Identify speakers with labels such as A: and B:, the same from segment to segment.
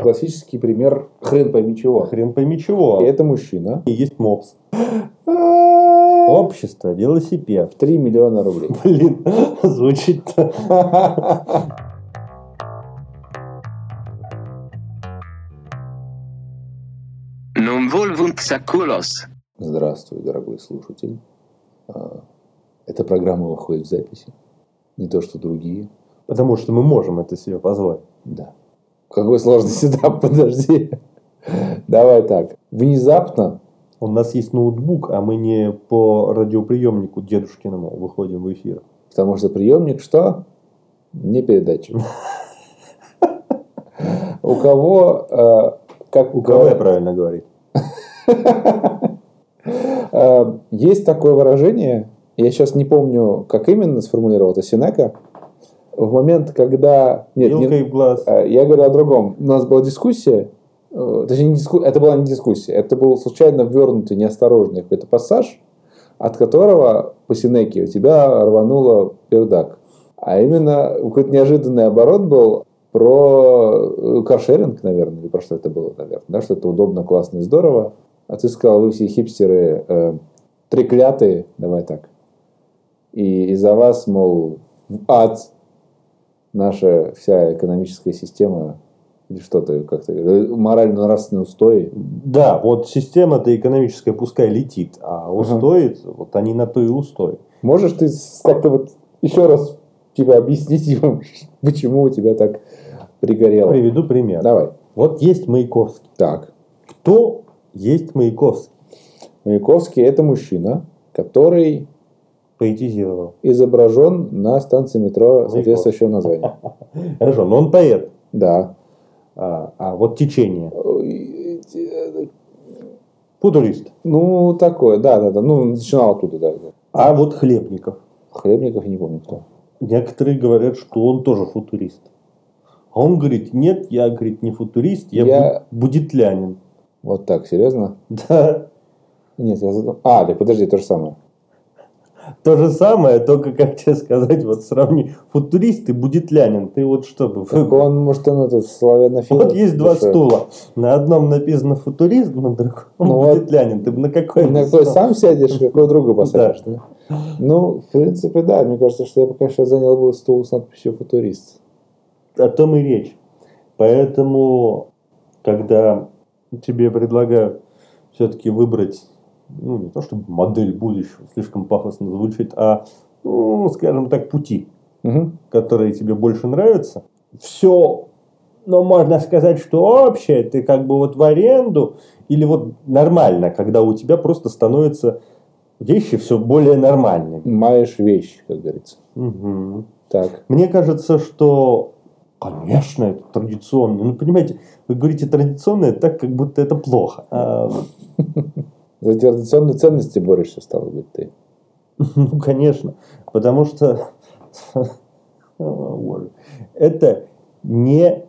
A: Классический пример хрен пойми чего.
B: Хрен пойми чего.
A: Это мужчина.
B: И есть мопс.
A: Оп,
B: Общество велосипед.
A: 3 миллиона рублей.
B: Блин, звучит-то.
C: Num volvunt saculos.
A: Здравствуй, дорогой слушатель. А, Эта программа выходит в записи. Не то, что другие.
B: Потому что мы можем это себе позволить.
A: Да. Какой сложный сетап, подожди. Давай так. Внезапно
B: У нас есть ноутбук, а мы не по радиоприемнику дедушкиному выходим в эфир.
A: Потому что приемник что? Не передатчик. У кого, э, как
B: У кого я правильно говорит?
A: Э, Есть такое выражение, я сейчас не помню, как именно сформулировал это Синека, в момент, когда... Нет, не-
B: Вилкой в глаз.
A: э, я говорю о другом. У нас была дискуссия, э, точнее, не диску- это была не дискуссия, это был случайно ввернутый, неосторожный какой-то пассаж, от которого по Синеке у тебя рвануло пердак. А именно, какой-то неожиданный оборот был про э, каршеринг, наверное, или про что это было, наверное, да, что это удобно, классно и здорово. А ты сказал, вы все хипстеры э, треклятые, давай так. И из-за вас, мол, в ад наша вся экономическая система или что-то как-то э, морально-нравственные устои.
B: Да, вот система-то экономическая пускай летит, а устоит, вот они на то и устоят.
A: Можешь ты с- как-то вот еще раз типа объяснить им, почему у тебя так пригорело?
B: Приведу пример.
A: Давай.
B: Вот есть Маяковский.
A: Так.
B: Кто есть Маяковский?
A: Маяковский – это мужчина, который
B: Поэтизировал.
A: изображен на станции метро
B: Маяковский.
A: соответствующего названия.
B: Хорошо, но он поэт.
A: Да.
B: А, а вот течение.
A: Э, э,
B: Футурист.
A: Ну, такое, да, да, да. Ну, начинал оттуда, да. да.
B: А вот Хлебников.
A: Хлебников я не помню кто.
B: Некоторые говорят, что он тоже футурист. А он говорит, нет, я, говорит, не футурист, я,
A: Я-
B: бу- будетлянин.
A: Вот так, серьезно?
B: Да,
A: Нет, я задум- А, да, подожди, то же самое.
B: то же самое, только, как тебе сказать, вот сравни футурист и будетлянин. Ты вот что бы...
A: Так он, может, он этот славянофил.
B: Вот есть два
A: Потому что
B: стула. На одном написано футурист, на другом
A: Ну вот.
B: будетлянин. Ты бы на какой
A: На какой
B: стул?
A: сам сядешь, какой друга посадишь, да? Ну, в принципе, да. Мне кажется, что я бы, конечно, занял бы стул с надписью «футурист».
B: о том и речь. Поэтому, когда тебе предлагают все-таки выбрать, ну, не то чтобы модель будущего, слишком пафосно звучит, а, ну, скажем так, пути,
A: Мгм.
B: которые тебе больше нравятся, все, ну, можно сказать, что общее, ты как бы вот в аренду, или вот нормально, когда у тебя просто становятся вещи все более нормальными.
A: Маешь вещь, как говорится.
B: Мгм.
A: Так.
B: Мне кажется, что, конечно, это традиционное. Ну, понимаете, вы говорите традиционное так, как будто это плохо. А,
A: За традиционные ценности борешься, стало быть, ты.
B: ну, конечно, потому что О, боже. это не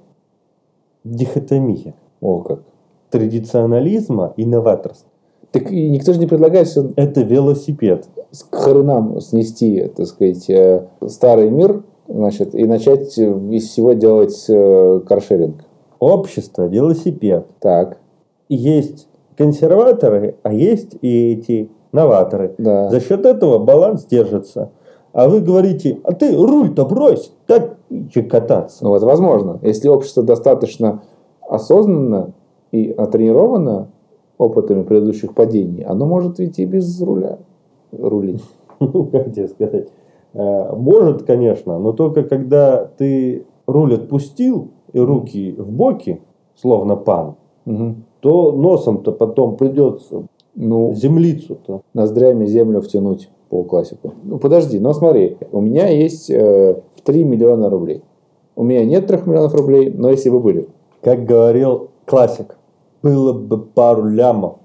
B: дихотомия
A: О, как.
B: традиционализма и новаторства.
A: Так и никто же не предлагает всё
B: Это велосипед.
A: с- к хренам снести, так сказать, э, старый мир, значит, и начать э, из всего делать э, каршеринг.
B: Общество, велосипед.
A: Так,
B: Есть консерваторы, а есть и эти новаторы.
A: да.
B: За счет этого баланс держится. А вы говорите, а ты руль-то брось, так че кататься.
A: Ну вот, возможно. Если общество достаточно осознанно и натренировано опытами предыдущих падений, оно может ведь и без руля рулить.
B: Ну, как тебе сказать? Э, Может, конечно, но только когда ты руль отпустил и руки в боки, словно пан,
A: Мгм.
B: то носом-то потом придется
A: Ну,
B: землицу-то.
A: ноздрями землю втянуть по классику. Ну, подожди, но смотри, у меня есть э, 3 миллиона рублей. У меня нет 3 миллионов рублей, но если бы были.
B: Как говорил классик, было бы пару лямов,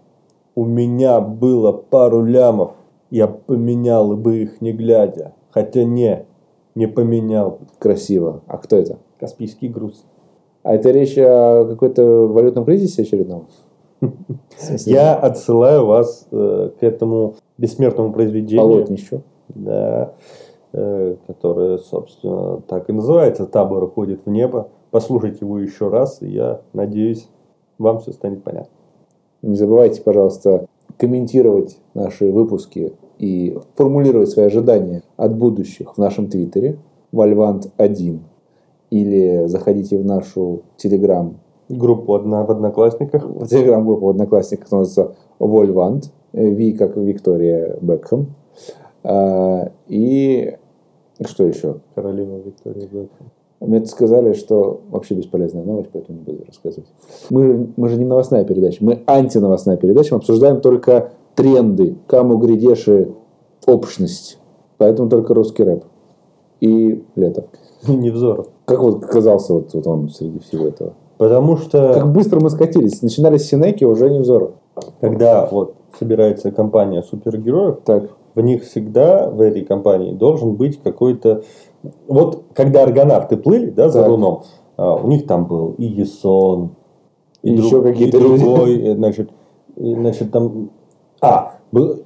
B: у меня было пару лямов, я поменял бы их не глядя. Хотя не, не поменял бы.
A: Красиво. А кто это?
B: Каспийский груз.
A: А это речь о какой-то валютном кризисе очередном? В смысле,
B: Я отсылаю вас э, к этому бессмертному произведению.
A: полотнищу.
B: Да. э, которая, собственно, так и называется «Табор уходит в небо». Послушайте его еще раз, и я надеюсь, вам все станет понятно.
A: Не забывайте, пожалуйста, комментировать наши выпуски и формулировать свои ожидания от будущих в нашем твиттере «Вальвант1» или заходите в нашу телеграм
B: Группу «Одна в Одноклассниках».
A: телеграм-группу в Одноклассниках называется Вольвант, э, Ви как Виктория Бекхэм. А, И что еще?
B: Королева Виктория Бекхэм.
A: Мне тут сказали, что вообще бесполезная новость, поэтому не буду рассказывать. Мы, же- мы же не новостная передача, мы антиновостная передача, мы обсуждаем только тренды, каму грядеши, общность. Поэтому только русский рэп и лето.
B: И Невзоров.
A: Как вот оказался вот, вот он среди всего этого?
B: Потому что...
A: Как быстро мы скатились. Начинали с Синеки, уже Невзоров.
B: когда вот собирается компания супергероев,
A: Так,
B: в них всегда, в этой компании, должен быть какой-то... Вот когда аргонавты плыли, да, за
A: Так.
B: Луном, а, у них там был и Есон,
A: И еще какие-то
B: и
A: люди.
B: другой, э, значит, и, значит, там... А, был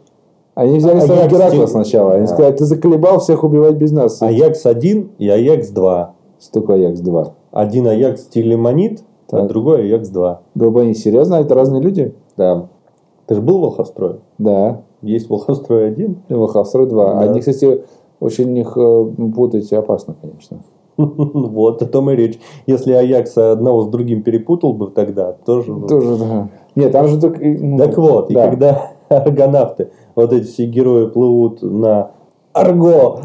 A: Они взяли с собой
B: Аякс
A: Геракла
B: тем-
A: сначала. Они
B: Да. А
A: сказали, ты заколебал всех убивать без нас.
B: Аякс-1 и Аякс-2.
A: Столько Аякс-2.
B: Один Аякс телемонит, а
A: Так.
B: другой Аякс-2.
A: Долбани, серьезно? А Это разные люди?
B: Да. Ты же был в Волховстрое?
A: Да.
B: Есть Волховстрой один.
A: И Волховстрой 2.
B: Да.
A: Они, кстати, очень их э, путать и опасно, конечно.
B: Вот, о том и речь. Если Аякса одного с другим перепутал бы тогда, тоже... бы-
A: Тоже, да. Нет, там же только... ну,
B: Так вот, и
A: Да.
B: когда аргонавты, вот эти все герои плывут на Арго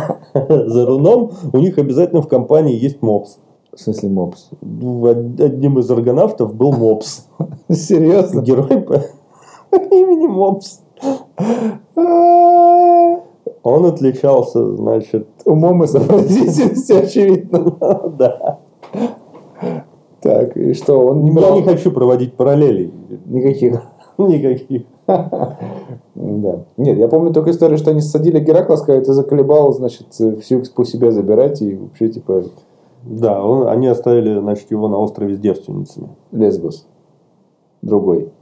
B: за руном, у них обязательно в компании есть мопс.
A: В смысле мопс.
B: В од- Одним из аргонавтов был мопс.
A: Серьезно?
B: Герой по имени мопс. А, Он отличался, значит,
A: Умом и сообразительностью, очевидно.
B: да.
A: Так, и что, он не
B: Я
A: брал
B: не хочу проводить параллелей
A: никаких...
B: никаких.
A: Да. Нет, я помню только историю, что они садили Геракла, сказали, ты заколебал, значит, всю экспу себя забирать и вообще, типа,
B: Да, он- они оставили, значит, его на острове с девственницами.
A: Лесбос. Другой.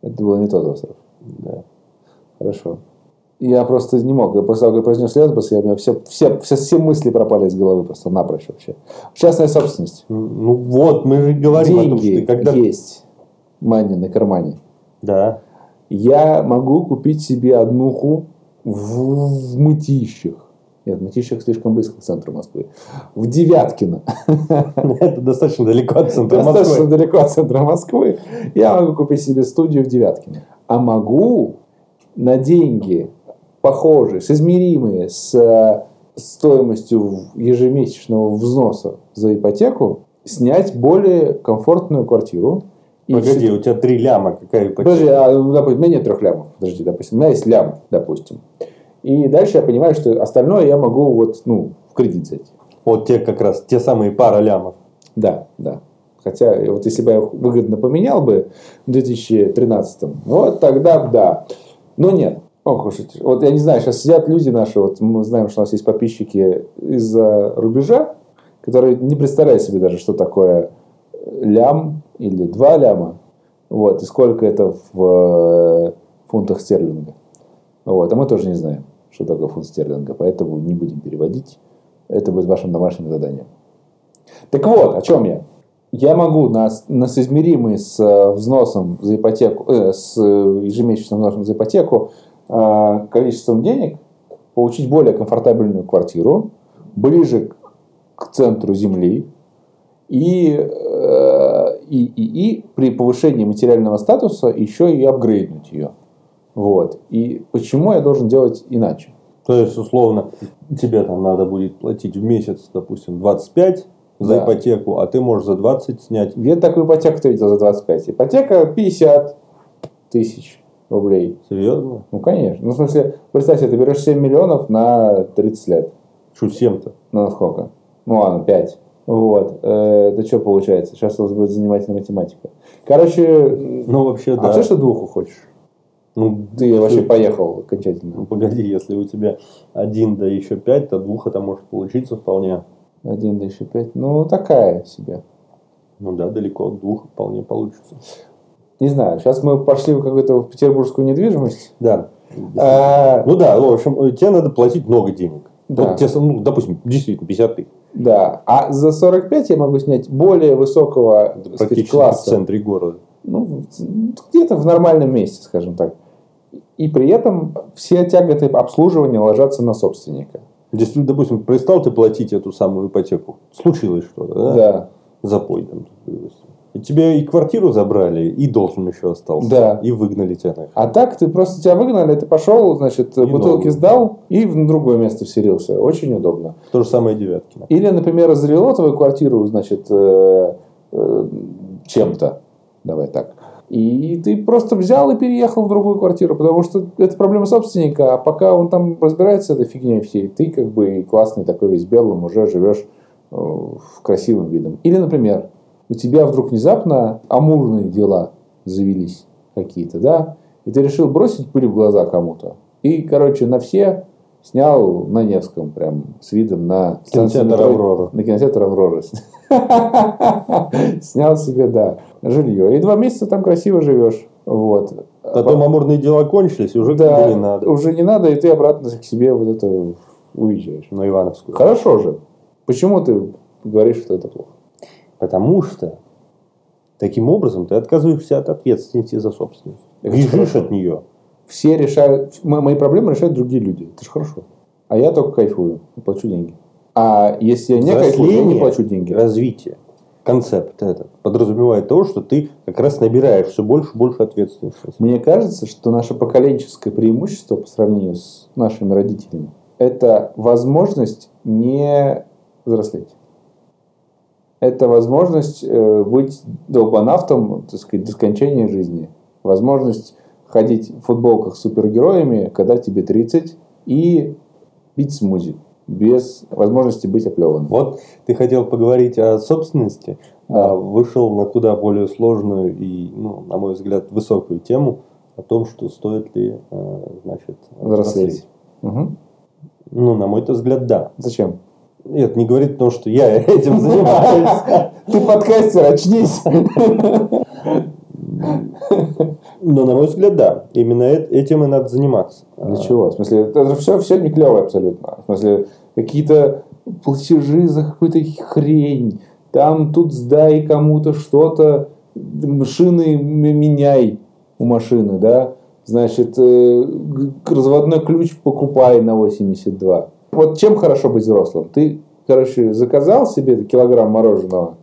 A: Это был не тот остров.
B: Да.
A: Хорошо. Я просто не мог. Я после того, как произнес Лесбос, я, у меня все, все, все, все мысли пропали из головы просто напрочь вообще. Частная собственность.
B: Ну вот, мы же говорим о том, что
A: Деньги
B: ты когда...
A: есть. Мани на кармане.
B: Да.
A: Я могу купить себе однуху в, в Мытищах. Нет, Мытищах слишком близко к центру Москвы. В Девяткино.
B: Это достаточно далеко от центра
A: Достаточно
B: Москвы.
A: далеко от центра Москвы. Я могу купить себе студию в Девяткине. А могу на деньги похожие, соизмеримые с э, стоимостью в- ежемесячного взноса за ипотеку, снять более комфортную квартиру. И
B: Погоди, у тебя три ляма, какая ипотека?
A: Подожди, а, ну, допустим, у меня нет трех лямов. Подожди, допустим, у меня есть лям, допустим. И дальше я понимаю, что остальное я могу вот, ну, в кредит взять.
B: Вот те как раз, те самые пара лямов.
A: Да, да. Хотя, э, вот если бы я их выгодно поменял бы в 2013, вот тогда б да. Но нет. Ох уж эти- Вот я не знаю, сейчас сидят люди наши, вот мы знаем, что у нас есть подписчики из-за рубежа, которые не представляют себе даже, что такое э, лям или два ляма. Вот, и сколько это в э, фунтах стерлинга. Вот, а мы тоже не знаем, что такое фунт стерлинга, поэтому не будем переводить. Это будет вашим домашним заданием. Так вот, о чем я? Я могу на, с- на соизмеримый с э, взносом за ипотеку, э, с э, ежемесячным взносом за ипотеку э, количеством денег получить более комфортабельную квартиру, ближе к, к центру земли, и, э, и, и, и при повышении материального статуса еще и апгрейднуть ее. Вот. И почему я должен делать иначе?
B: То есть, условно, тебе там надо будет платить в месяц, допустим, 25 за
A: Да.
B: ипотеку, а ты можешь за 20 снять.
A: Где такую ипотеку ты видел за 25? Ипотека 50 тысяч рублей.
B: Серьезно?
A: Ну, конечно. Ну, в смысле, представь себе, ты берешь 7 миллионов на 30 лет.
B: Чуть всем-то.
A: Ну, на сколько? Ну, ладно, 5. Вот. Э, Это что получается? Сейчас у вас будет занимательная математика. Короче, м,
B: Ну, вообще,
A: а
B: да.
A: что ж ты двуху хочешь?
B: Ну,
A: Ты вообще
B: ты-
A: поехал
B: ну,
A: окончательно.
B: погоди, если у тебя один, да еще пять, то двух это может получиться вполне.
A: Один, да еще пять. Ну, такая себе.
B: Ну да, далеко от двух вполне получится.
A: Не знаю, сейчас мы пошли в какую-то в петербургскую недвижимость.
B: Да.
A: А,
B: Ну да, ну, в общем, э, тебе надо платить много денег.
A: Да.
B: Вот тебе, ну, допустим, действительно, 50 тысяч.
A: Да. А за 45 я могу снять более высокого так сказать,
B: Практически в
A: класса.
B: центре города.
A: Ну, где-то в нормальном месте, скажем так. И при этом все тяготы обслуживания ложатся на собственника.
B: Если, допустим, перестал ты платить эту самую ипотеку, случилось что-то, да?
A: Да.
B: Запой там, допустим. И тебе и квартиру забрали, и должен еще остался.
A: Да.
B: И выгнали тебя нахер.
A: А так ты просто тебя выгнали, ты пошел, значит, бутылки
B: новую.
A: сдал и в другое место вселился. Очень удобно.
B: То же самое девятки.
A: Или, например, залило твою квартиру, значит, э, э, чем-то, давай так. И ты просто взял и переехал в другую квартиру, потому что это проблема собственника, а пока он там разбирается с этой фигней всей, ты как бы и классный такой весь белым уже живешь э, в красивым видом. Или, например, у тебя вдруг внезапно амурные дела завелись какие-то, да, и ты решил бросить пыль в глаза кому-то. И, короче, на все снял на Невском прям с видом на станцию
B: Кинотеатр
A: метро-
B: «Аврора».
A: на кинотеатр «Аврора». Снял себе, да, жилье. И два месяца там красиво живешь. Вот.
B: Потом амурные А дела кончились, и уже
A: Да,
B: как бы не надо.
A: уже не надо, и ты обратно к себе вот это уезжаешь.
B: На Ивановскую.
A: Хорошо же. Почему ты говоришь, что это плохо?
B: Потому что таким образом ты отказываешься от ответственности за собственность.
A: Это
B: Бежишь
A: хорошо.
B: от нее.
A: Все решают... м- Мои проблемы решают другие люди. Это же хорошо. А я только кайфую и плачу деньги. А если я не кайфую, я не
B: Взросление,
A: плачу деньги.
B: Развитие. Концепт этот подразумевает то, что ты как раз набираешь все больше и больше ответственности.
A: Мне кажется, что наше поколенческое преимущество по сравнению с нашими родителями – это возможность не взрослеть. Это возможность э, быть долбанавтом, так сказать, до скончания жизни. Возможность ходить в футболках с супергероями, когда тебе 30, и пить смузи без возможности быть оплеванным.
B: Вот ты хотел поговорить о собственности,
A: Да.
B: а вышел на куда более сложную и, ну, на мой взгляд, высокую тему о том, что стоит ли, э, значит,
A: Взрослеть. Мгм.
B: Ну, на мой взгляд, да.
A: Зачем?
B: И Это не говорит о том, что я этим занимаюсь.
A: Ты подкастер, очнись!
B: Но, на мой взгляд, да. Именно эт- этим и надо заниматься.
A: Для чего? В смысле, это все, все не клево абсолютно. В смысле, какие-то платежи за какую-то хрень. Там тут сдай кому-то что-то, машины м- меняй у машины, да? Значит, э, г- г- разводной ключ покупай на 82. Вот чем хорошо быть взрослым? Ты, короче, заказал себе килограмм мороженого,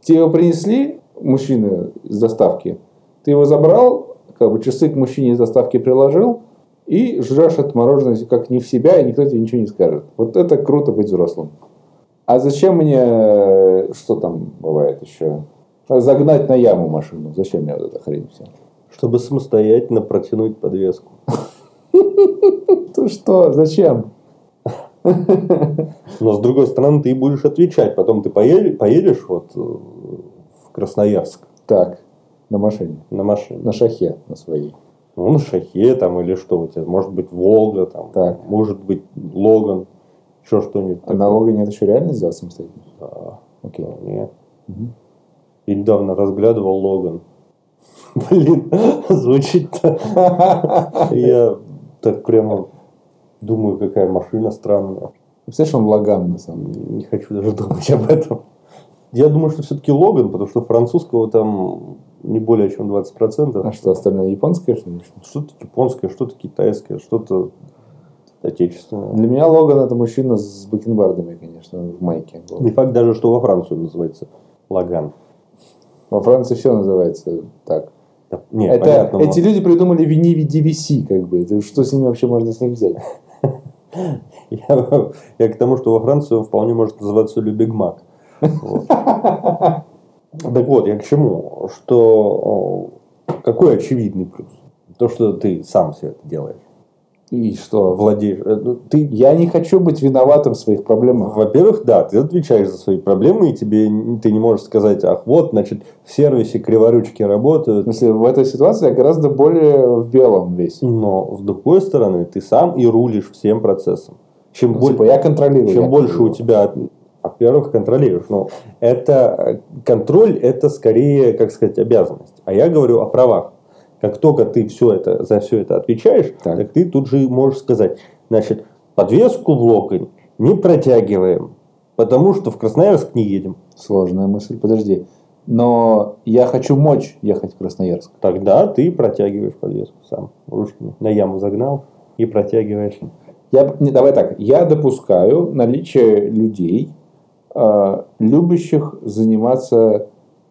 A: тебе его принесли, мужчины из доставки, ты его забрал, как бы часы к мужчине из доставки приложил, и жрешь это мороженое как не в себя, и никто тебе ничего не скажет. Вот это круто быть взрослым. А зачем мне, э, что там бывает еще, А, загнать на яму машину? Зачем мне вот эта хрень вся?
B: Чтобы самостоятельно протянуть подвеску.
A: Ты Ну что, зачем?
B: Но, с другой стороны, ты будешь отвечать. Потом ты поедешь, поедешь вот э, в Красноярск
A: Так, на машине,
B: на машине.
A: на шахе, на своей.
B: Ну, на шахе там или что у тебя. Может быть, Волга там.
A: Так.
B: Может быть, Логан. Еще что-нибудь.
A: А налога нет еще реально сделать самостоятельно?
B: такое.
A: Окей.
B: Да, не.
A: Мгм.
B: Я недавно разглядывал Логан. Блин, звучит Я так прямо думаю, какая машина странная.
A: Представляешь, он лаган на самом деле.
B: Не хочу даже думать об этом. Я думаю, что все-таки Логан, потому что французского там не более чем 20%.
A: А что, остальное японское, что ли?
B: Что-то японское, что-то китайское, что-то отечественное.
A: Для меня Логан это мужчина с бакенбардами, конечно, в майке.
B: Не факт даже, что во Францию называется Лаган.
A: Во Франции все называется так.
B: Да, Не,
A: это,
B: понятно.
A: эти люди придумали Вини DVC, как бы. Это что с ними вообще можно с них взять?
B: Я, я к тому, что во Франции он вполне может называться Любигмак. Так вот, я к чему? Что о, какой очевидный плюс? То, что ты сам все это делаешь,
A: И что?
B: владеешь. Э, ну, Ты,
A: Я не хочу быть виноватым в своих проблемах.
B: во-первых, да, ты отвечаешь за свои проблемы, и тебе н- ты не можешь сказать, ах, вот, значит, в сервисе криворучки
A: В
B: работают.
A: смысле, в этой ситуации я гораздо более в белом весь.
B: Но с другой стороны, ты сам и рулишь всем процессом. Чем
A: Ну,
B: боль-
A: типа, я контролирую.
B: Чем
A: я ну,
B: больше у
A: контролирую.
B: тебя, во-первых, контролируешь. Ну, это э, контроль, это скорее, как сказать, обязанность. А я говорю о правах. Как только ты все это, за все это отвечаешь,
A: Так.
B: так. ты тут же можешь сказать, значит, подвеску в локоть не протягиваем, потому что в Красноярск не едем.
A: Сложная мысль, подожди. Но я хочу мочь ехать в Красноярск.
B: Тогда ты протягиваешь подвеску сам ручками. На яму загнал и протягиваешь.
A: Я, не, давай так, я допускаю наличие людей, э, любящих заниматься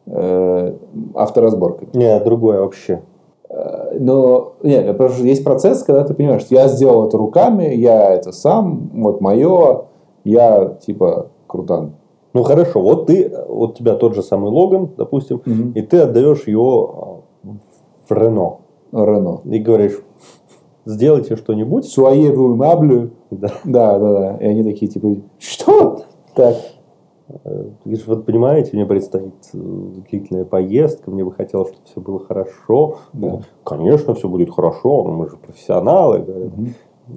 A: э, авторазборками.
B: Не, другое вообще.
A: Э, Но нет, потому что есть процесс, когда ты понимаешь, что я сделал это руками, я это сам, вот мое, я типа крутан.
B: Ну хорошо, вот ты, вот у тебя тот же самый Логан, допустим, и ты отдаешь его а, в Рено.
A: Рено.
B: И говоришь, сделайте что-нибудь.
A: Суае вы маблю.
B: Да.
A: Да, да, да. И они такие типа, что? Так,
B: Э, ты говоришь, вот понимаете, мне предстоит э, длительная поездка, мне бы хотелось, чтобы все было хорошо.
A: Да.
B: Конечно, все будет хорошо, но мы же профессионалы. говорят.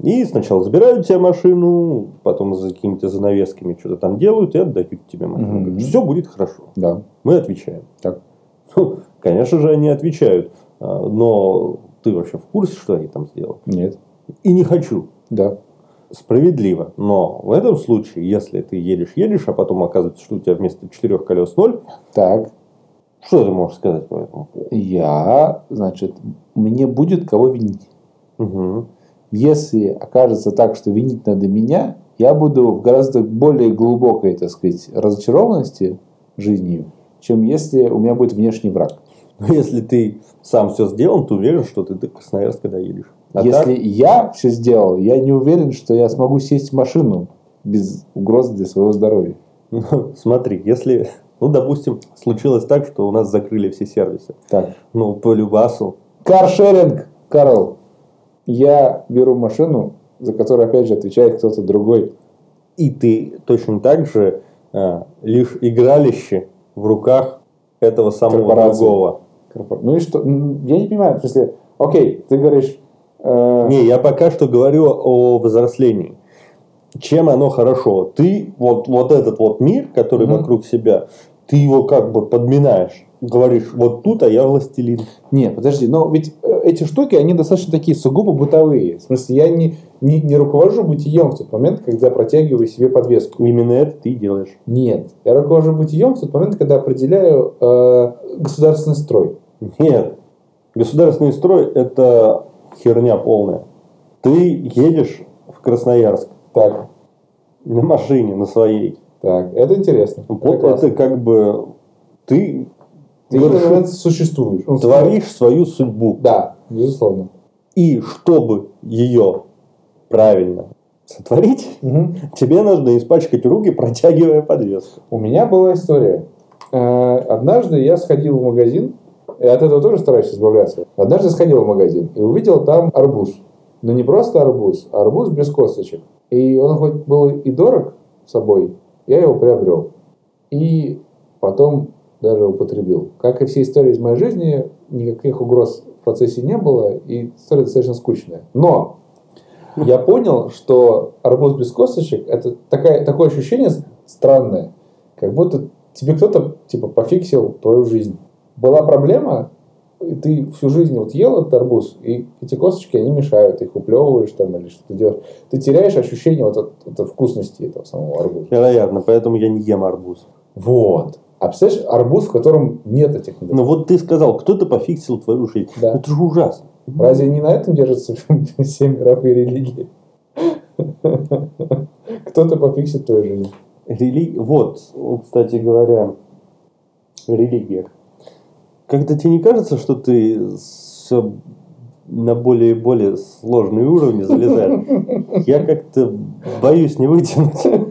B: И сначала забирают тебе машину, потом за какими-то занавесками что-то там делают и отдают тебе машину.
A: Мгм.
B: Все будет хорошо.
A: да.
B: Мы отвечаем.
A: Так.
B: Ну, конечно же, они отвечают. А, Но ты вообще в курсе, что они там сделали?
A: Нет.
B: И не хочу.
A: Да.
B: Справедливо. Но в этом случае, если ты едешь-едешь, а потом оказывается, что у тебя вместо четырех колес ноль,
A: Так,
B: что ты можешь сказать по этому?
A: я, значит, мне будет кого винить.
B: Мгм.
A: Если окажется так, что винить надо меня, я буду в гораздо более глубокой, так сказать, разочарованности жизнью, чем если у меня будет внешний враг.
B: Но если ты сам все сделал, ты уверен, что ты до Красноярска доедешь. А
A: если
B: так,
A: я все сделал, я не уверен, что я смогу сесть в машину без угрозы для своего здоровья.
B: ну, смотри, если, ну, допустим, случилось так, что у нас закрыли все сервисы.
A: Так.
B: Ну, по Любасу.
A: Каршеринг, Карл. Я беру машину, за которую, опять же, отвечает кто-то другой.
B: И ты точно так же а, лишь игралище в руках этого самого
A: Корпорации.
B: другого.
A: Корпор- Ну и что? М, Я не понимаю, в смысле, окей, ты говоришь... э,
B: Не, я пока что говорю о взрослении. Чем оно хорошо? Ты вот, вот этот вот мир, который
A: Мгм.
B: вокруг себя, ты его как бы подминаешь. Говоришь, вот тут, а я властелин.
A: Не, подожди, но ведь э, эти штуки, они достаточно такие сугубо бытовые. В смысле, я не, не, не руковожу бытием в тот момент, когда протягиваю себе подвеску.
B: Именно это ты и делаешь.
A: Нет, я руковожу бытием в тот момент, когда определяю э, государственный строй.
B: Нет. Государственный строй – это херня полная. Ты едешь в Красноярск
A: Так,
B: на машине, на своей.
A: так, это интересно.
B: Вот
A: Это классно.
B: это как бы ты,
A: Ты в этот
B: верши-
A: момент существуешь. Ну,
B: творишь свою судьбу.
A: Да, безусловно.
B: И чтобы ее правильно сотворить,
A: Мгм.
B: тебе нужно испачкать руки, протягивая подвеску.
A: У меня была история. Э, Однажды я сходил в магазин, и от этого тоже стараюсь избавляться. Однажды сходил в магазин и увидел там арбуз. Но не просто арбуз, а арбуз без косточек. И он хоть был и дорог собой, я его приобрел. И потом даже употребил. Как и все истории из моей жизни, никаких угроз в процессе не было, и история достаточно скучная. Но я понял, что арбуз без косточек – это такая, такое ощущение странное, как будто тебе кто-то типа пофиксил твою жизнь. Была проблема, и ты всю жизнь вот ел этот арбуз, и эти косточки, они мешают, ты их уплевываешь там или что-то делаешь. Ты теряешь ощущение вот от, от вкусности этого самого арбуза.
B: Вероятно, поэтому я не ем арбуз.
A: Вот. А представляешь, арбуз, в котором нет этих недостатков.
B: Но вот ты сказал, кто-то пофиксил твою жизнь.
A: Да.
B: Это же ужасно.
A: Разве не на этом держатся все мировые религии? Кто-то пофиксит твою жизнь.
B: Рели... Вот, кстати говоря, религия. Как-то тебе не кажется, что ты все на более и более сложные уровни залезаешь? Я как-то боюсь не вытянуть.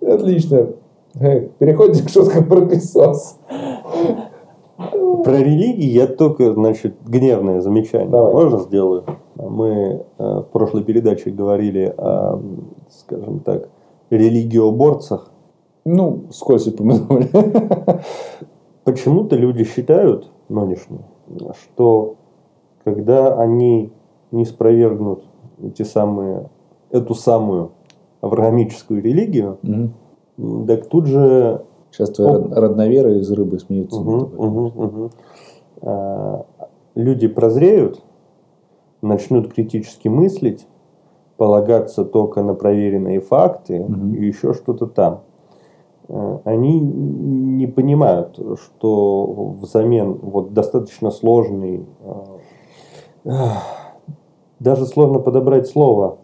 A: Отлично. Э, Переходим к шуткам про песос.
B: Про религии я только, значит, гневное замечание.
A: Давай.
B: Можно сделаю? Мы э, в прошлой передаче говорили о, скажем так, религиоборцах.
A: Ну, скользь упомянули.
B: Почему-то люди считают, нынешние, что когда они не спровергнут эти самые, эту самую авраамическую религию, м, так тут же
A: Сейчас твоя
B: Оп.
A: родновера из рыбы смеются.
B: Мгм, мгм, мгм. А, люди прозреют, начнут критически мыслить, полагаться только на проверенные факты
A: Мгм.
B: и еще что-то там. Э, Они не понимают, что взамен вот достаточно сложный, э, ах, даже сложно подобрать слово,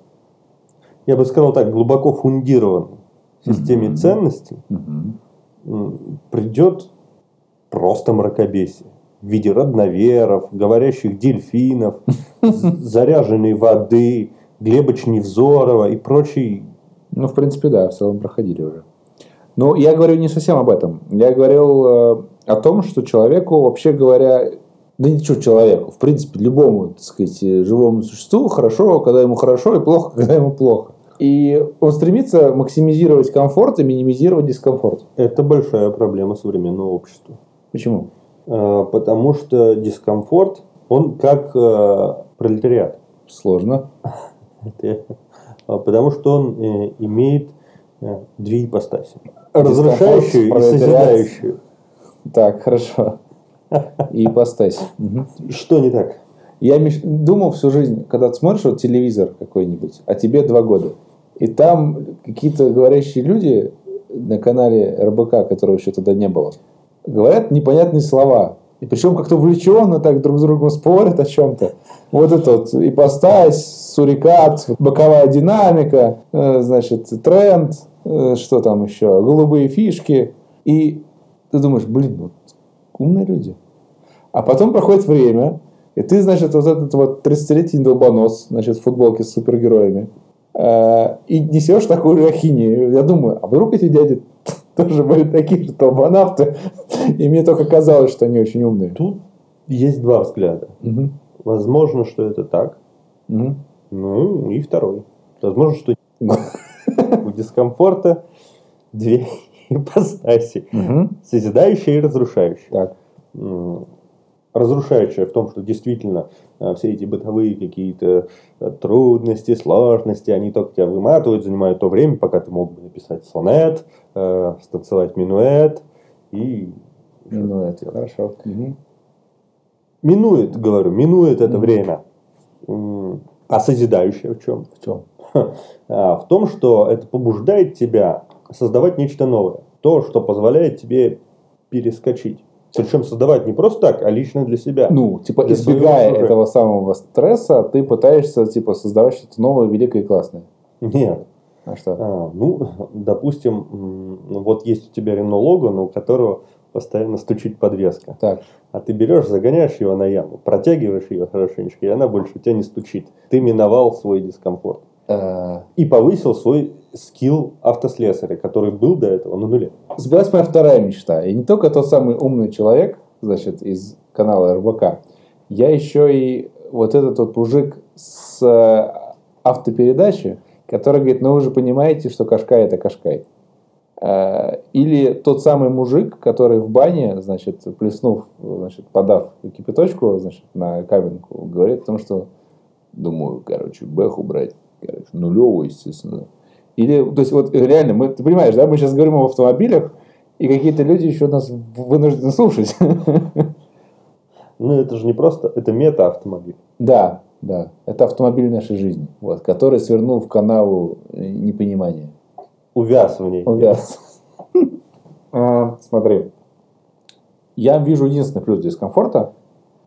B: я бы сказал так, глубоко фундированный в системе
A: Мгм.
B: ценностей,
A: Мгм.
B: м, придет просто мракобесие в виде родноверов, говорящих дельфинов, з- заряженной воды, Глебыч Невзорова и прочий.
A: Ну, в принципе, да, в целом проходили уже. Но я говорю не совсем об этом. Я говорил э, о том, что человеку, вообще говоря, да ничего человеку, в принципе, любому, так сказать, э, живому существу хорошо, когда ему хорошо, и плохо, когда ему плохо. И он стремится максимизировать комфорт и минимизировать дискомфорт.
B: Это большая проблема современного общества.
A: Почему?
B: Э, Потому что дискомфорт, он как э, пролетариат.
A: Сложно.
B: Это я. А Потому что он э, имеет э, две ипостаси. Разрушающую и
A: пролетариат.
B: созидающую.
A: Так, хорошо. И ипостась. Мгм.
B: Что не так?
A: Я меш- думал всю жизнь, когда ты смотришь вот телевизор какой-нибудь, а тебе два года, и там какие-то говорящие люди на канале РБК, которого еще тогда не было, говорят непонятные слова. И причем как-то увлеченно так друг с другом спорят о чем-то. Вот это вот ипостась, сурикат, боковая динамика, э, значит, тренд, э, что там еще, голубые фишки. И ты думаешь, блин, вот умные люди. А потом проходит время, и ты, значит, вот этот вот 30-летний долбонос, значит, в футболке с супергероями, э, и несешь такую же ахинею. Я думаю, а вдруг эти дяди тоже были такие же долбонавты, и мне только казалось, что они очень умные.
B: Тут есть два взгляда.
A: Мгм.
B: Возможно, что это так.
A: Мгм.
B: Ну и второй. Возможно, что у дискомфорта две ипостаси.
A: Мгм.
B: Созидающая и разрушающая.
A: Так.
B: М, Разрушающая в том, что действительно э, все эти бытовые какие-то э, трудности, сложности, они только тебя выматывают, занимают то время, пока ты мог бы написать сонет, э, станцевать минуэт и...
A: Ну, это хорошо. Мгм.
B: Минует, говорю, минует это
A: Мгм.
B: время. М, А созидающая в чем?
A: В чем?
B: а, в том, что это побуждает тебя создавать нечто новое. То, что позволяет тебе перескочить. Причем создавать не просто так, а лично для себя.
A: Ну, типа,
B: Для своего
A: избегая
B: окружения.
A: этого самого стресса, ты пытаешься, типа, создавать что-то новое, великое и классное.
B: Нет.
A: А что?
B: А, ну, допустим, м, ну, вот есть у тебя Рено Логан, у которого постоянно стучит подвеска.
A: Так.
B: А ты берешь, загоняешь его на яму, протягиваешь ее хорошенечко, и она больше у тебя не стучит. Ты миновал свой дискомфорт.
A: э,
B: И повысил свой скилл автослесаря, который был до этого на нуле.
A: Сбылась моя вторая мечта. И не только тот самый умный человек, значит, из канала РБК, я еще и вот этот вот мужик с э, автопередачи, который говорит, ну вы же понимаете, что Кашкай это Кашкай. Э, Или тот самый мужик, который в бане, значит, плеснув, значит, подав кипяточку, значит, на каменку, говорит о том, что, думаю, короче, бэх убрать, короче, нулевую, естественно. Или, то есть, вот э, реально, мы, ты понимаешь, да, мы сейчас говорим об автомобилях, и какие-то люди еще нас вынуждены слушать.
B: Ну, это же не просто, это мета-автомобиль.
A: Да, да, это автомобиль нашей жизни, вот, который свернул в канаву э, непонимания.
B: Увяз в ней.
A: Увяз. А, Смотри, я вижу единственный плюс дискомфорта.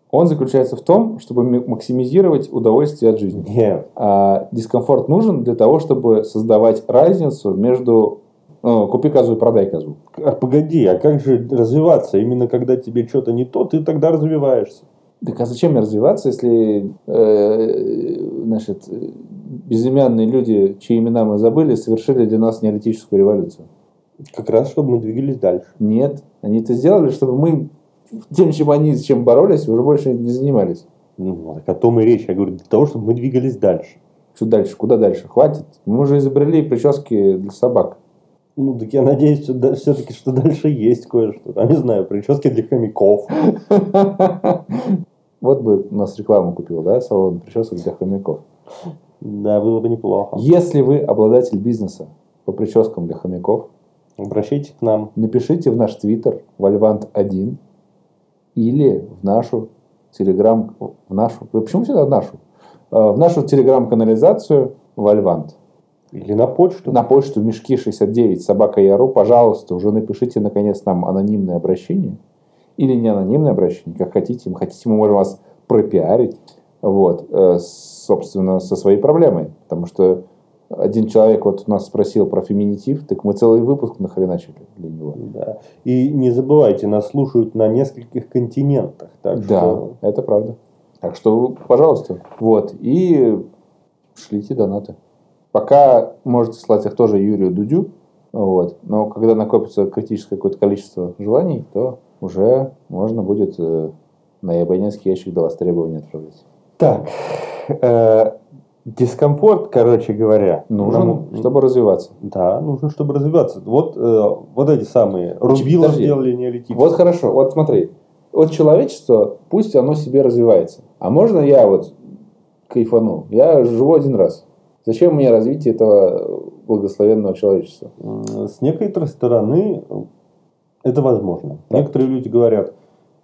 A: Он заключается в том, чтобы ми- максимизировать удовольствие от жизни.
B: Нет.
A: А дискомфорт нужен для того, чтобы создавать разницу между ну, купи козу и продай козу.
B: А погоди, а как же развиваться? Именно когда тебе что-то не то, ты тогда развиваешься.
A: Так а зачем мне развиваться, если э, значит, э, безымянные люди, чьи имена мы забыли, совершили для нас неолитическую революцию?
B: Как раз, чтобы мы двигались дальше.
A: Нет, они это сделали, чтобы мы тем, чем они, с чем боролись, уже больше не занимались.
B: Ну, так о том и речь. Я говорю, для того, чтобы мы двигались дальше.
A: Что дальше? Куда дальше? Хватит. Мы уже изобрели прически для собак.
B: Ну, так я надеюсь, все-таки, что дальше есть кое-что. Там, не знаю, прически для хомяков.
A: Вот бы у нас рекламу купил, да, салон причесок для хомяков.
B: Да, было бы неплохо.
A: Если вы обладатель бизнеса по прическам для хомяков,
B: Обращайтесь к нам.
A: напишите в наш твиттер вальвант 1 или в нашу телеграм в нашу, вы почему всегда в нашу? Э, В нашу телеграм-канализацию в Альвант.
B: Или на почту.
A: На почту мешки 69 собака Яру, пожалуйста, уже напишите наконец нам анонимное обращение или не анонимное обращение, как хотите. Мы хотите, мы можем вас пропиарить, вот, э, собственно, со своей проблемой. Потому что один человек вот у нас спросил про феминитив, так мы целый выпуск нахреначили для него.
B: Да. И не забывайте, нас слушают на нескольких континентах. Так
A: да,
B: что
A: это правда. Так что, пожалуйста, вот. И шлите донаты. Пока можете слать их тоже Юрию Дудю. Вот. Но когда накопится критическое какое-то количество желаний, то уже можно будет э, на абонентский ящик до востребования отправлять.
B: Так, э, дискомфорт, короче говоря,
A: Нужен,
B: нам-
A: чтобы развиваться.
B: Да, нужно, чтобы развиваться. Вот, э, вот эти самые рубила
A: подожди.
B: сделали неолитические.
A: Вот хорошо, вот смотри. Вот человечество, пусть оно себе развивается. А можно я вот кайфану? Я живу один раз. Зачем мне развитие этого благословенного человечества?
B: М, С некоторой стороны э, это возможно.
A: Так.
B: Некоторые люди говорят,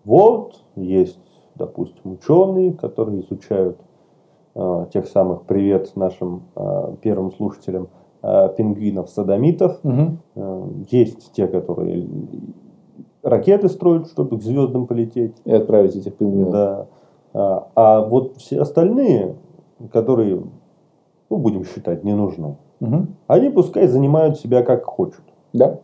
B: вот есть, допустим, ученые, которые изучают э, тех самых привет нашим э, первым слушателям э, пингвинов-садомитов, Э, Есть те, которые ракеты строят, чтобы к звездам полететь.
A: И отправить этих пингвинов.
B: Да. А а вот все остальные, которые, ну, будем считать, не нужны,
A: Мгм.
B: они пускай занимают себя как хочут.
A: Да.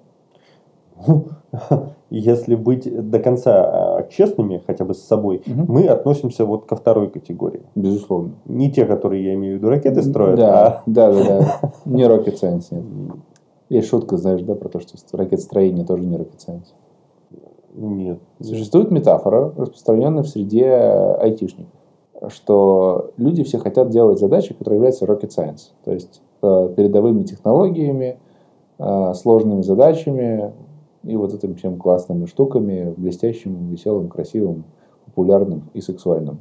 B: Если быть до конца э, честными, хотя бы с собой,
A: Мгм.
B: мы относимся вот ко второй категории.
A: Безусловно.
B: Не те, которые, я имею в виду, ракеты строят, а
A: Да, да, да, да. Не rocket science, нет. Есть шутка, знаешь, да, про то, что ракетостроение тоже не rocket science.
B: а нет.
A: Существует метафора, распространенная в среде айтишников, что люди все хотят делать задачи, которые являются rocket science, то есть э, передовыми технологиями, э, сложными задачами и вот этим всем классными штуками, блестящим, веселым, красивым, популярным и сексуальным.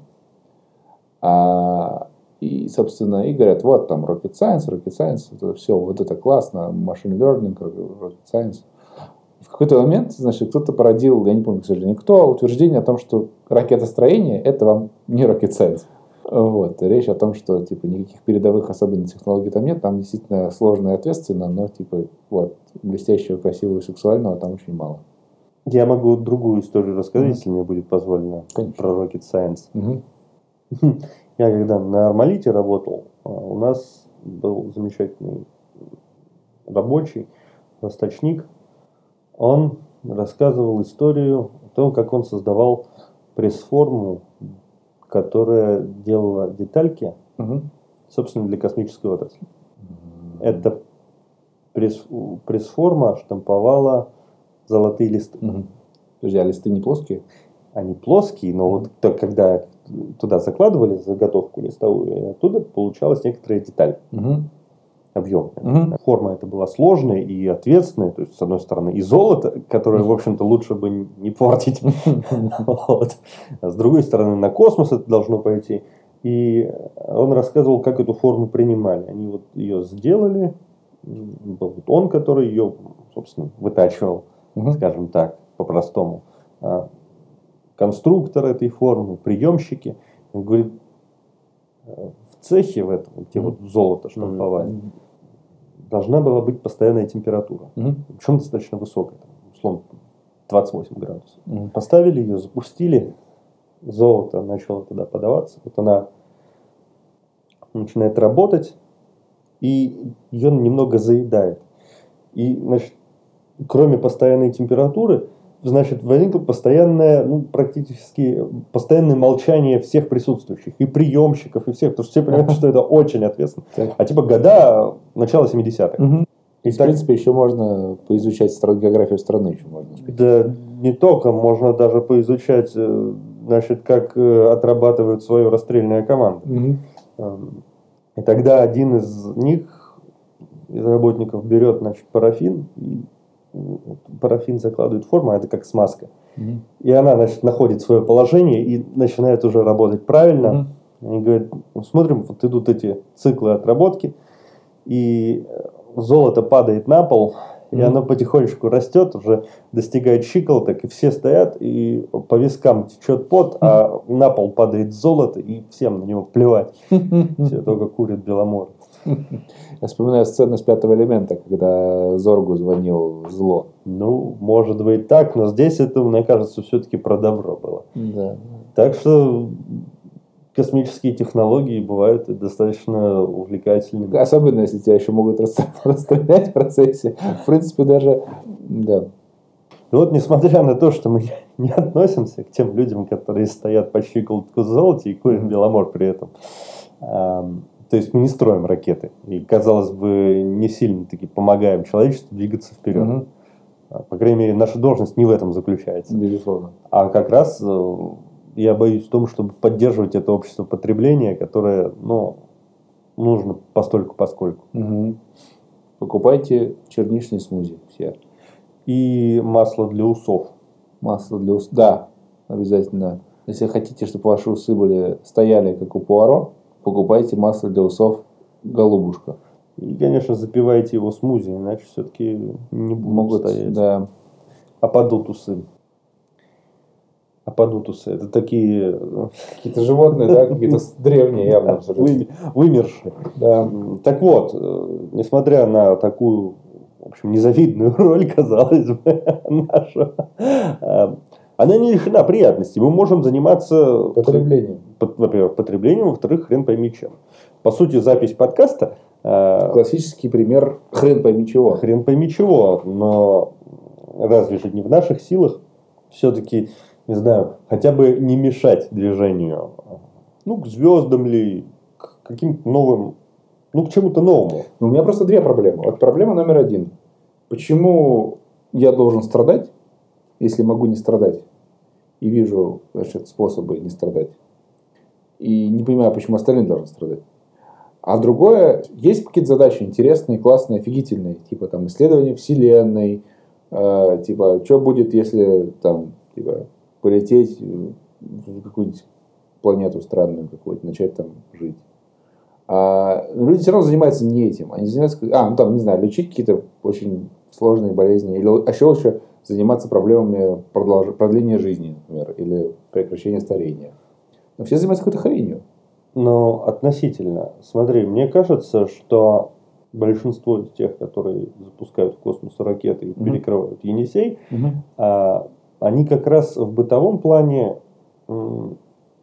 A: А, и, собственно, и говорят, вот там rocket science, rocket science, вот это все, вот это классно, machine learning, rocket science. В какой-то момент, значит, кто-то породил, я не помню, к сожалению, кто, утверждение о том, что ракетостроение – это вам не rocket science. Вот. Речь о том, что типа никаких передовых особенно технологий там нет, там действительно сложно и ответственно, но типа вот блестящего, красивого и сексуального там очень мало.
B: Я могу другую историю рассказать,
A: Мгм.
B: если мне будет позволено,
A: Конечно.
B: про Rocket Science.
A: Мгм.
B: Я когда на Армалите работал, а, у нас был замечательный рабочий, восточник. Он рассказывал историю о том, как он создавал пресс-форму, которая делала детальки,
A: Мгм.
B: собственно, для космической отрасли. Эта пресс- пресс-форма штамповала золотые листы.
A: Мгм. Подожди, а листы не плоские?
B: они плоские, но вот так, когда туда закладывали заготовку листовую, оттуда получалась некоторая деталь
A: Мгм.
B: объемная.
A: Мгм.
B: Форма эта была сложная и ответственная, то есть, с одной стороны, и золото, которое, в общем-то, лучше бы не портить, Вот. а с другой стороны, на космос это должно пойти. И он рассказывал, как эту форму принимали. Они вот ее сделали, М, был вот он, который ее, собственно, вытачивал
A: Мгм.
B: скажем так, по-простому, а, конструктор этой формы, приемщики. Он говорит, э, в цехе в этом, где вот золото штамповали, должна была быть постоянная температура.
A: Мгм.
B: Причем достаточно высокая, там, условно 28 градусов.
A: Мгм.
B: Поставили ее, запустили, золото начало туда подаваться. Вот она начинает работать, и ее немного заедает. И, значит, кроме постоянной температуры, значит, возникло постоянное, ну, практически постоянное молчание всех присутствующих, и приемщиков, и всех, потому что все понимают, что это очень ответственно.
A: Так.
B: А типа года начала 70-х.
A: Мгм. И, в
B: Так.
A: принципе, еще можно поизучать стра- географию страны, еще можно успеть.
B: Да не только, можно даже поизучать, э, значит, как э, отрабатывают свою расстрельная команда.
A: Мгм.
B: Эм, И тогда один из них, из работников, берет, значит, парафин, и м, парафин закладывает в форму, а это как смазка.
A: Мгм.
B: И она, значит, находит свое положение и начинает уже работать правильно.
A: Мгм.
B: Они говорят, «Ну, смотрим, вот идут эти циклы отработки, и э, золото падает на пол, И она потихонечку растет, уже достигает щиколоток, и все стоят, и по вискам течет пот, а на пол падает золото, и всем на него плевать. Все только курят Беломор.
A: Я вспоминаю сцену с пятого элемента, когда Зоргу звонил зло.
B: Ну, может быть так, но здесь это, мне кажется, все-таки про добро было.
A: Да.
B: Так что космические технологии бывают достаточно увлекательными.
A: Особенно, если тебя еще могут расстр- расстрелять в процессе. В принципе, даже... Да.
B: Ну вот, несмотря на то, что мы не относимся к тем людям, которые стоят по щиколотку в золоте и курим Беломор при этом, ам, то есть мы не строим ракеты. И, казалось бы, не сильно-таки помогаем человечеству двигаться вперед.
A: Мгм.
B: А, По крайней мере, наша должность не в этом заключается.
A: Безусловно.
B: А как раз э, я боюсь в том, чтобы поддерживать это общество потребления, которое, ну, нужно постольку поскольку.
A: Мгм. Покупайте черничный смузи все.
B: И масло для усов.
A: Масло для ус... Да, обязательно. Если хотите, чтобы ваши усы были стояли, как у Пуаро, покупайте масло для усов «Голубушка».
B: И, конечно, запивайте его смузи, иначе все-таки не будут
A: Могут,
B: стоять.
A: да.
B: Ападутусы. Ападутусы. Это такие э,
A: Какие-то животные, да, какие-то с- древние явно абсолютно.
B: вы- вымершие.
A: Да.
B: М, Так вот, э, несмотря на такую, в общем, незавидную роль, казалось бы, нашу, э, она не лишена приятностей. Мы можем заниматься,
A: Потребление.
B: пот- во-первых, потреблением, во-вторых, хрен пойми чем. По сути, запись подкаста э,
A: Классический пример хрен пойми чего.
B: Хрен пойми чего, но разве же не в наших силах все-таки, не знаю, хотя бы не мешать движению, ну, к звездам ли, к каким-то новым, ну, к чему-то новому.
A: Но у меня просто две проблемы. Вот проблема номер один. Почему я должен страдать, если могу не страдать? И вижу значит, способы не страдать. И не понимаю, почему остальные должны страдать. А другое, есть какие-то задачи интересные, классные, офигительные, типа там исследование Вселенной, э, типа, что будет, если там, типа, полететь в какую-нибудь планету странную какую-то, начать там жить. А, но люди все равно занимаются не этим. Они занимаются, а, ну там, не знаю, лечить какие-то очень сложные болезни. Или а еще лучше заниматься проблемами продолж- продления жизни, например, или прекращения старения. Но все занимаются какой-то хренью.
B: Но относительно, смотри, мне кажется, что большинство из тех, которые запускают в космос ракеты и
A: Мгм.
B: перекрывают Енисей, а, они как раз в бытовом плане м,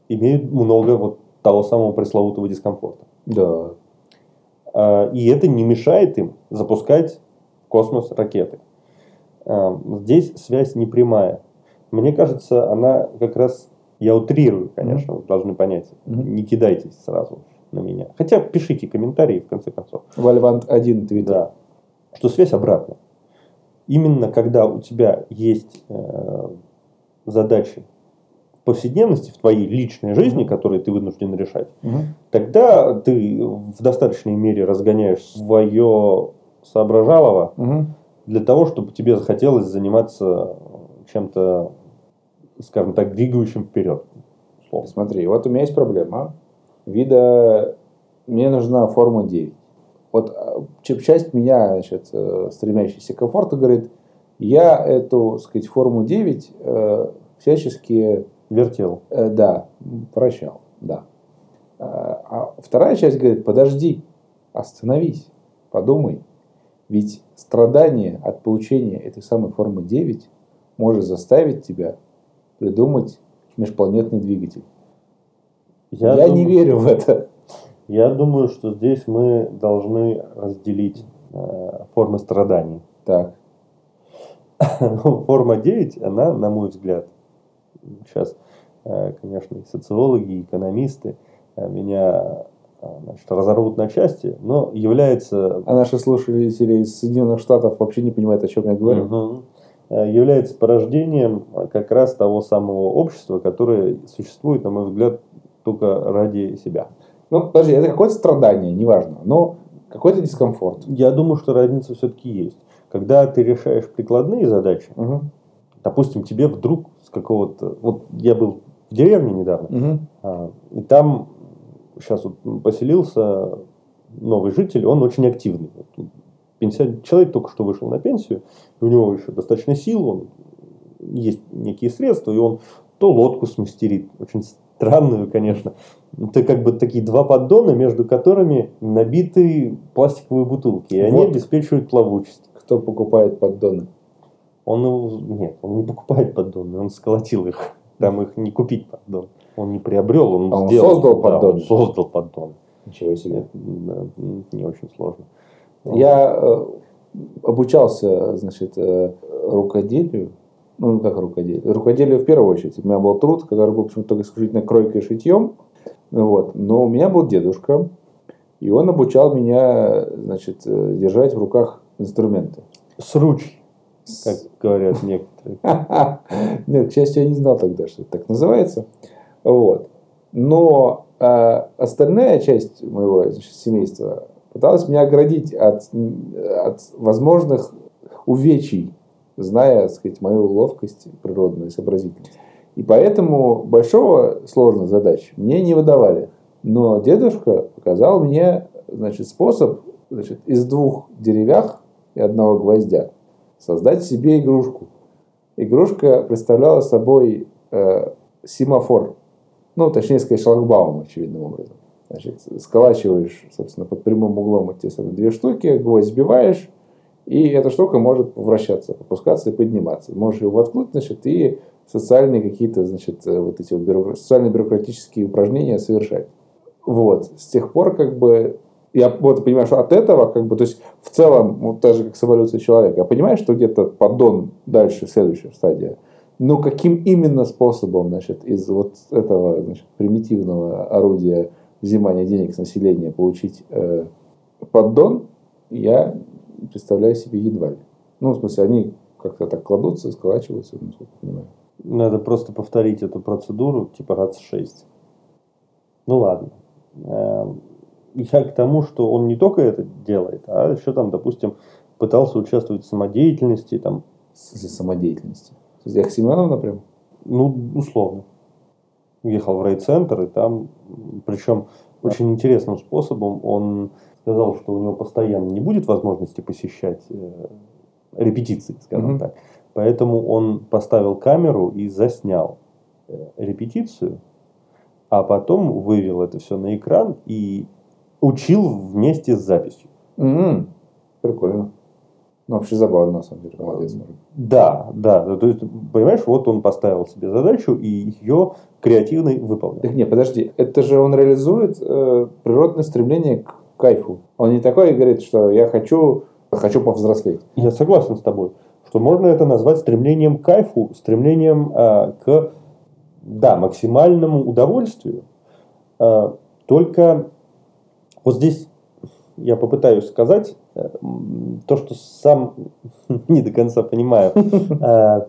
B: имеют много вот того самого пресловутого дискомфорта.
A: Да.
B: А, И это не мешает им запускать в космос ракеты. А, Здесь связь непрямая. Мне кажется, она как раз... Я утрирую, конечно, вы должны понять.
A: Мгм.
B: Не кидайтесь сразу на меня. Хотя пишите комментарии, в конце концов.
A: Вальвант один твиттер.
B: Да. Что связь обратная. Именно когда у тебя есть э, задачи в повседневности, в твоей личной жизни,
A: Мгм.
B: которые ты вынужден решать,
A: Мгм.
B: тогда ты в достаточной мере разгоняешь свое соображалово
A: Мгм.
B: для того, чтобы тебе захотелось заниматься чем-то, скажем так, двигающим вперед. условно.
A: Смотри, вот у меня есть проблема. Вида... Мне нужна форма 9. Вот а, ч- часть меня, значит, э, стремящаяся к комфорту, говорит, я эту, так сказать, форму 9 э, всячески,
B: Вертел.
A: э, да, м, прощал, да. А а вторая часть говорит, подожди, остановись, подумай. Ведь страдание от получения этой самой формы 9 может заставить тебя придумать межпланетный двигатель. Я,
B: дум-
A: не верю в это.
B: Я думаю, что здесь мы должны разделить э, формы страданий.
A: Так.
B: Ну, Форма 9, она, на мой взгляд, сейчас, э, конечно, и социологи, и экономисты э, меня э, значит, разорвут на части, но является,
A: А наши слушатели из Соединенных Штатов вообще не понимают, о чем я говорю.
B: Мгм. э, является порождением э, как раз того самого общества, которое существует, на мой взгляд, только ради себя.
A: Ну, подожди, это какое-то страдание, неважно. Но какой-то дискомфорт.
B: Я думаю, что разница все-таки есть. Когда ты решаешь прикладные задачи, допустим, тебе вдруг с какого-то... Вот я был в деревне недавно,
A: Мгм.
B: А, И там сейчас вот поселился новый житель, он очень активный. Вот пенсия- человек только что вышел на пенсию, и у него еще достаточно сил, он есть некие средства, и он то лодку смастерит, очень странную, конечно. Это как бы такие два поддона, между которыми набиты пластиковые бутылки, и они
A: Вот.
B: обеспечивают плавучесть.
A: Кто покупает поддоны?
B: Он его- нет, он не покупает поддоны, он сколотил их. Там их не купить поддон. Он не приобрел, он
A: А он
B: сделал.
A: создал
B: Да, он
A: поддон.
B: создал поддон.
A: Ничего себе.
B: Это, да, не очень сложно.
A: Я э, обучался, значит, э, рукоделию. Ну, как рукоделию? Рукоделию в первую очередь. У меня был труд, который был, в общем-то, только исключительно кройкой и шитьем. Вот. Но у меня был дедушка, и он обучал меня, значит, э, держать в руках инструменты.
B: С руч, как говорят некоторые.
A: Нет, к счастью, я не знал тогда, что это так называется. Вот. Но э, остальная часть моего значит, семейства пыталась меня оградить от, м, от возможных увечий, зная, так сказать, мою ловкость природную и сообразительность. И поэтому большого сложных задач мне не выдавали. Но дедушка показал мне значит, способ значит, из двух деревях и одного гвоздя создать себе игрушку. Игрушка представляла собой э, семафор. Ну, точнее сказать, шлагбаум, очевидным образом. Значит, сколачиваешь, собственно, под прямым углом эти самые две штуки, гвоздь сбиваешь, и эта штука может вращаться, опускаться и подниматься. Можешь ее воткнуть, значит, и социальные какие-то, значит, э, вот эти вот бюро- социально-бюрократические упражнения совершать. Вот. С тех пор, как бы, я вот понимаю, что от этого, как бы, то есть, в целом, вот так же, как с эволюцией человека, я понимаю, что где-то поддон дальше, следующая стадия. Но каким именно способом, значит, из вот этого значит, примитивного орудия взимания денег с населения получить э, поддон, я представляю себе едва ли. Ну, в смысле, они как-то так кладутся, сколачиваются, ну, насколько я понимаю.
B: Надо просто повторить эту процедуру, типа раз в шесть. Ну ладно. Эм, Я к тому, что он не только это делает, а еще там, допустим, пытался участвовать в самодеятельности, там,
A: В смысле, самодеятельности. То есть, я к Семеновна прям?
B: ну, условно. Уехал в райцентр, и там, причем очень интересным способом, он сказал, что у него постоянно не будет возможности посещать э, репетиции, скажем
A: Мгм.
B: так. Поэтому он поставил камеру и заснял э, репетицию, а потом вывел это все на экран и учил вместе с записью.
A: М, М-м, Прикольно. Ну, вообще забавно, на самом деле. Молодец. мужик.
B: Да, да, да, то есть, понимаешь, вот он поставил себе задачу и ее креативно выполнил.
A: Так не, подожди, это же он реализует э, природное стремление к кайфу. Он не такой говорит, что я хочу, хочу повзрослеть.
B: Я согласен с тобой, что можно это назвать стремлением к кайфу, стремлением а, к да, максимальному удовольствию. А, только вот здесь я попытаюсь сказать э, м, то, что сам не до конца понимаю. А,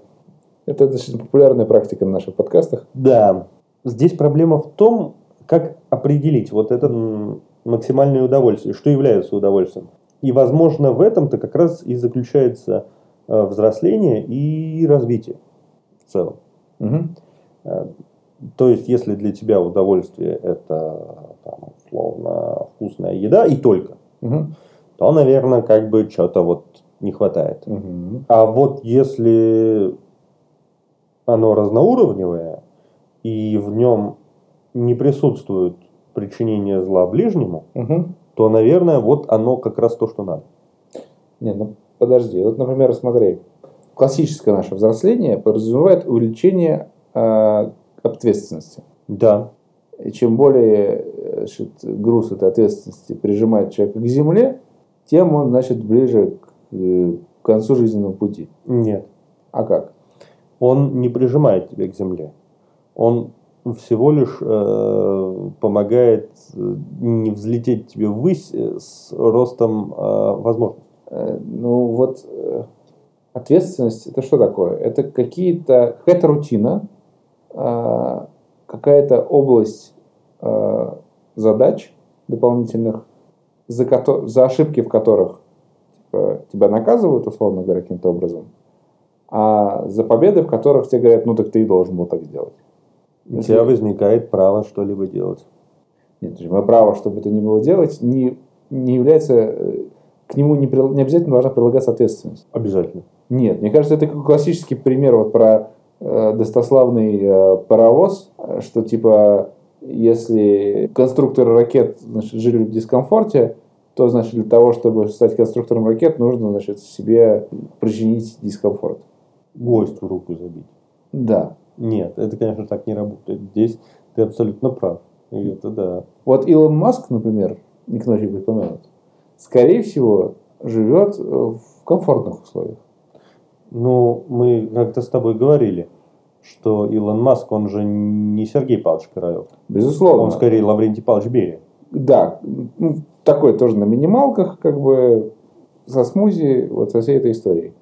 A: Это достаточно популярная практика на наших подкастах.
B: Да, здесь проблема в том, как определить вот это м, максимальное удовольствие, что является удовольствием. И, возможно, в этом-то как раз и заключается э, взросление и развитие в целом.
A: Мгм.
B: Э, То есть, если для тебя удовольствие это там, условно вкусная еда и только,
A: Мгм.
B: то, наверное, как бы что-то вот не хватает.
A: Мгм.
B: А вот если оно разноуровневое, и в нем не присутствует причинение зла ближнему,
A: Мгм.
B: то, наверное, вот оно как раз то, что надо.
A: Не, ну подожди. Вот, например, смотри. Классическое наше взросление подразумевает увеличение э, ответственности.
B: Да.
A: И чем более э, значит, груз этой ответственности прижимает человека к земле, тем он, значит, ближе к, э, к концу жизненного пути.
B: Нет.
A: А как?
B: Он не прижимает тебя к земле. Он всего лишь э, помогает э, не взлететь тебе ввысь э, с ростом э, возможностей.
A: Э, Ну вот э, ответственность это что такое? Это какие-то какая-то рутина, а, какая-то область а, задач дополнительных, за, кото- за ошибки в которых типа, тебя наказывают, условно говоря, каким-то образом, а за победы, в которых тебе говорят, ну так ты и должен был так сделать.
B: У
A: Если-
B: тебя возникает право что-либо делать.
A: Нет, это же мое право, чтобы это не было делать, не, не является э, к нему не, прил- не обязательно должна прилагаться ответственность.
B: Обязательно.
A: Нет, мне кажется, это как классический пример вот про э, достославный э, паровоз, э, что типа если конструкторы ракет значит, жили в дискомфорте, то значит для того, чтобы стать конструктором ракет, нужно значит, себе причинить дискомфорт.
B: Гвоздь в руку забить.
A: Да.
B: Нет, это, конечно, так не работает. Здесь ты абсолютно прав. И это да.
A: Вот Илон Маск, например, не к ночи будет помянут, скорее всего, живет э, в комфортных условиях.
B: Ну, мы как-то с тобой говорили, что Илон Маск, он же не Сергей Павлович Королев.
A: Безусловно.
B: Он скорее Лаврентий Павлович Берия.
A: Да, ну, такой тоже на минималках, как бы со смузи, вот со всей этой историей.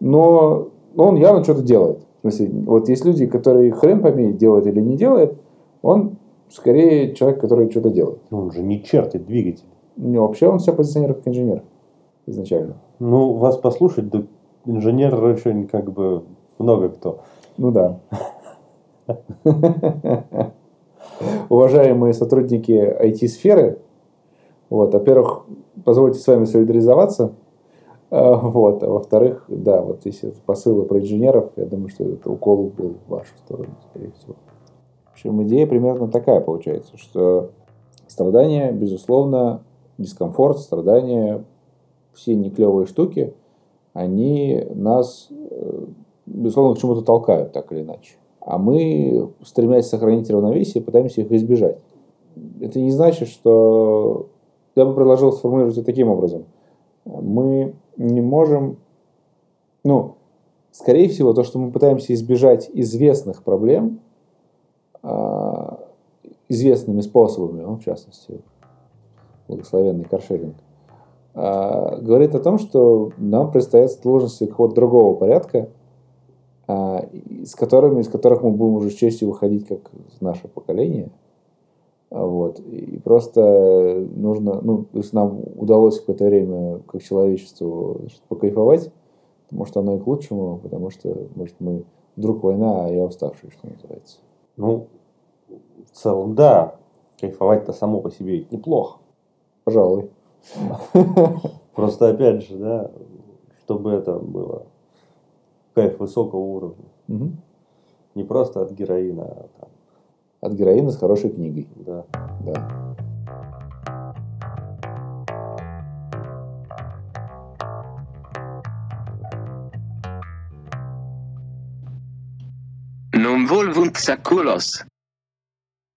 A: Но он явно что-то делает. В смысле, вот есть люди, которые хрен помеет, делают или не делают, он скорее человек, который что-то делает.
B: Ну, Он же не чертит двигатель.
A: Не, вообще он себя позиционирует как инженер изначально.
B: Ну, вас послушать, да инженер очень как бы много кто.
A: Ну да. Уважаемые сотрудники IT-сферы, вот, во-первых, позвольте с вами солидаризоваться, а, вот, а во-вторых, да, вот если это посылы про инженеров, я думаю, что этот укол был в вашу сторону, скорее всего. В общем, идея примерно такая получается, что страдания, безусловно, дискомфорт, страдания, все не клевые штуки, они нас э, безусловно, к чему-то толкают, так или иначе. А мы, стремясь сохранить равновесие, пытаемся их избежать. Это не значит, что... Я бы предложил сформулировать это таким образом. Мы не можем... Ну, скорее всего, то, что мы пытаемся избежать известных проблем, а, известными способами, ну, в частности, благословенный каршеринг, а, говорит о том, что нам предстоят сложности какого-то другого порядка, а, и- с которыми, из которых мы будем уже с честью выходить как наше поколение. А, Вот. И просто нужно, ну, если нам удалось какое-то время как человечеству значит, покайфовать, то, может, оно и к лучшему, потому что, может, мы вдруг война, а я уставший, что называется.
B: Ну, в целом, да. Кайфовать-то само по себе ведь неплохо.
A: Пожалуй.
B: Просто, опять же, да, чтобы это было кайф высокого уровня.
A: Мгм.
B: Не просто от героина, а там,
A: От героина с хорошей книгой.
B: да.
A: Да.
C: Non volvunt saculos.